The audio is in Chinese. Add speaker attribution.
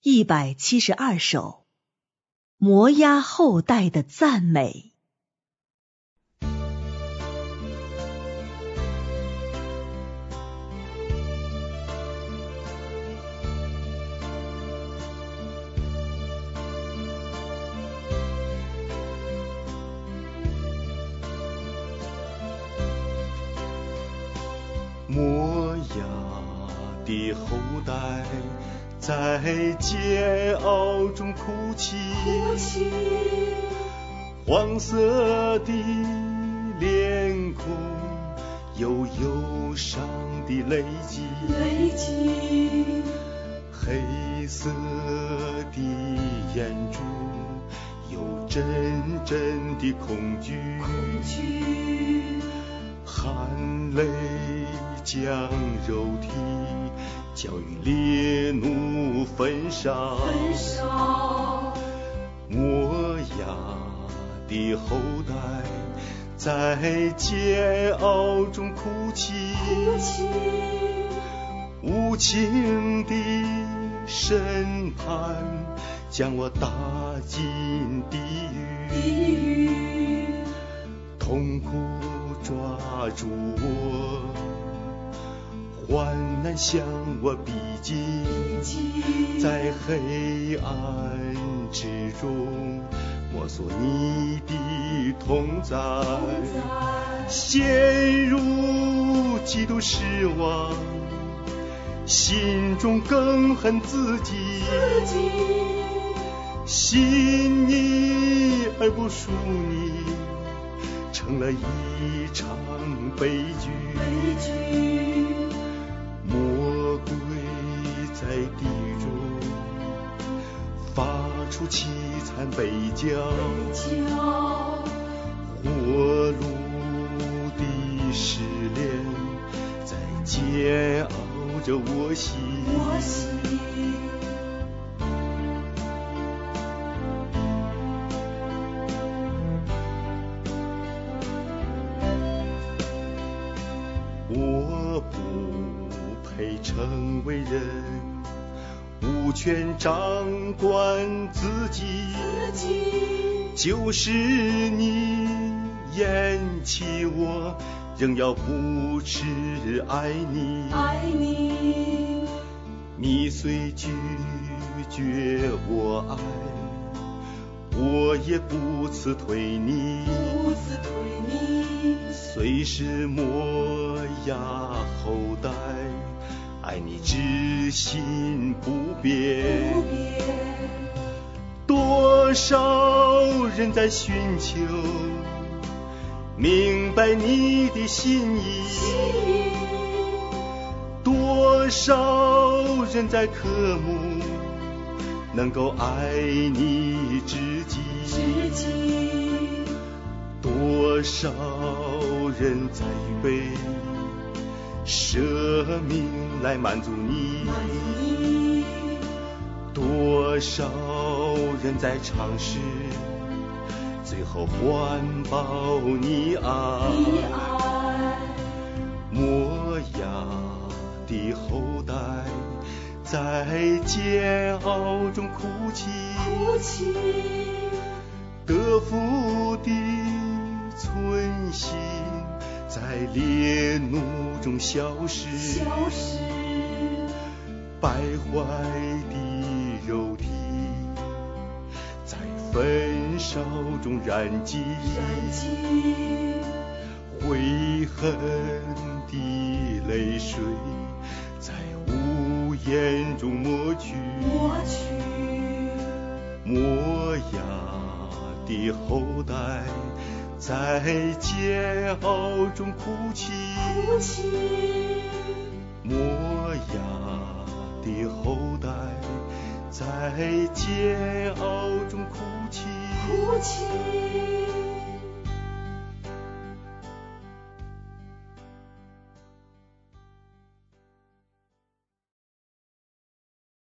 Speaker 1: 一百七十二首，摩押后代的赞美。
Speaker 2: 摩亚的后代在桀骜中哭泣，黄色的脸孔有忧伤的泪迹，
Speaker 3: 累积，
Speaker 2: 黑色的眼珠有阵阵的恐惧。
Speaker 3: 恐惧，
Speaker 2: 含泪将肉体交与烈怒焚烧。
Speaker 3: 焚烧，
Speaker 2: 摩亚的后代在桀骜中哭泣，
Speaker 3: 哭泣，
Speaker 2: 无情的审判将我打进地狱，
Speaker 3: 地狱，
Speaker 2: 痛苦抓住我，患难向我逼近。
Speaker 3: 记
Speaker 2: 在黑暗之中摸索你的同在，陷入极度失望，心中更恨自己，
Speaker 3: 自己，
Speaker 2: 信你而不属你，成了一场悲剧。
Speaker 3: 悲剧，
Speaker 2: 魔鬼在地中发出凄惨悲叫，
Speaker 3: 叫，
Speaker 2: 火炉的试炼在煎熬着我心。
Speaker 3: 我心，
Speaker 2: 我不配成为人，无权掌管自己，
Speaker 3: 自己，
Speaker 2: 就是你厌弃我，仍要不痴爱你。
Speaker 3: 爱你，
Speaker 2: 你虽拒绝我爱，我也不辞退你。
Speaker 3: 不辞退你，
Speaker 2: 虽是磨牙后代，爱你之心不
Speaker 3: 不
Speaker 2: 变。
Speaker 3: 变。
Speaker 2: 多少人在寻求，明白你的心意。多少人在渴慕，能够爱你至极？
Speaker 3: 知己，
Speaker 2: 多少人在预备舍命来满足你？
Speaker 3: 满意，
Speaker 2: 多少人在尝试，最后环抱你啊
Speaker 3: 你
Speaker 2: 爱？
Speaker 3: 爱，
Speaker 2: 摩亚的后代在煎熬中哭泣，
Speaker 3: 哭泣，
Speaker 2: 德芙的存心在烈怒中消失，
Speaker 3: 消失，
Speaker 2: 败坏的肉体在焚烧中燃尽。
Speaker 3: 燃尽，
Speaker 2: 悔恨的泪水在无言中抹去，
Speaker 3: 抹去，
Speaker 2: 磨牙的后代在煎熬中哭泣，
Speaker 3: 哭泣，
Speaker 2: 磨牙的后代在煎熬中哭泣。
Speaker 3: 哭泣。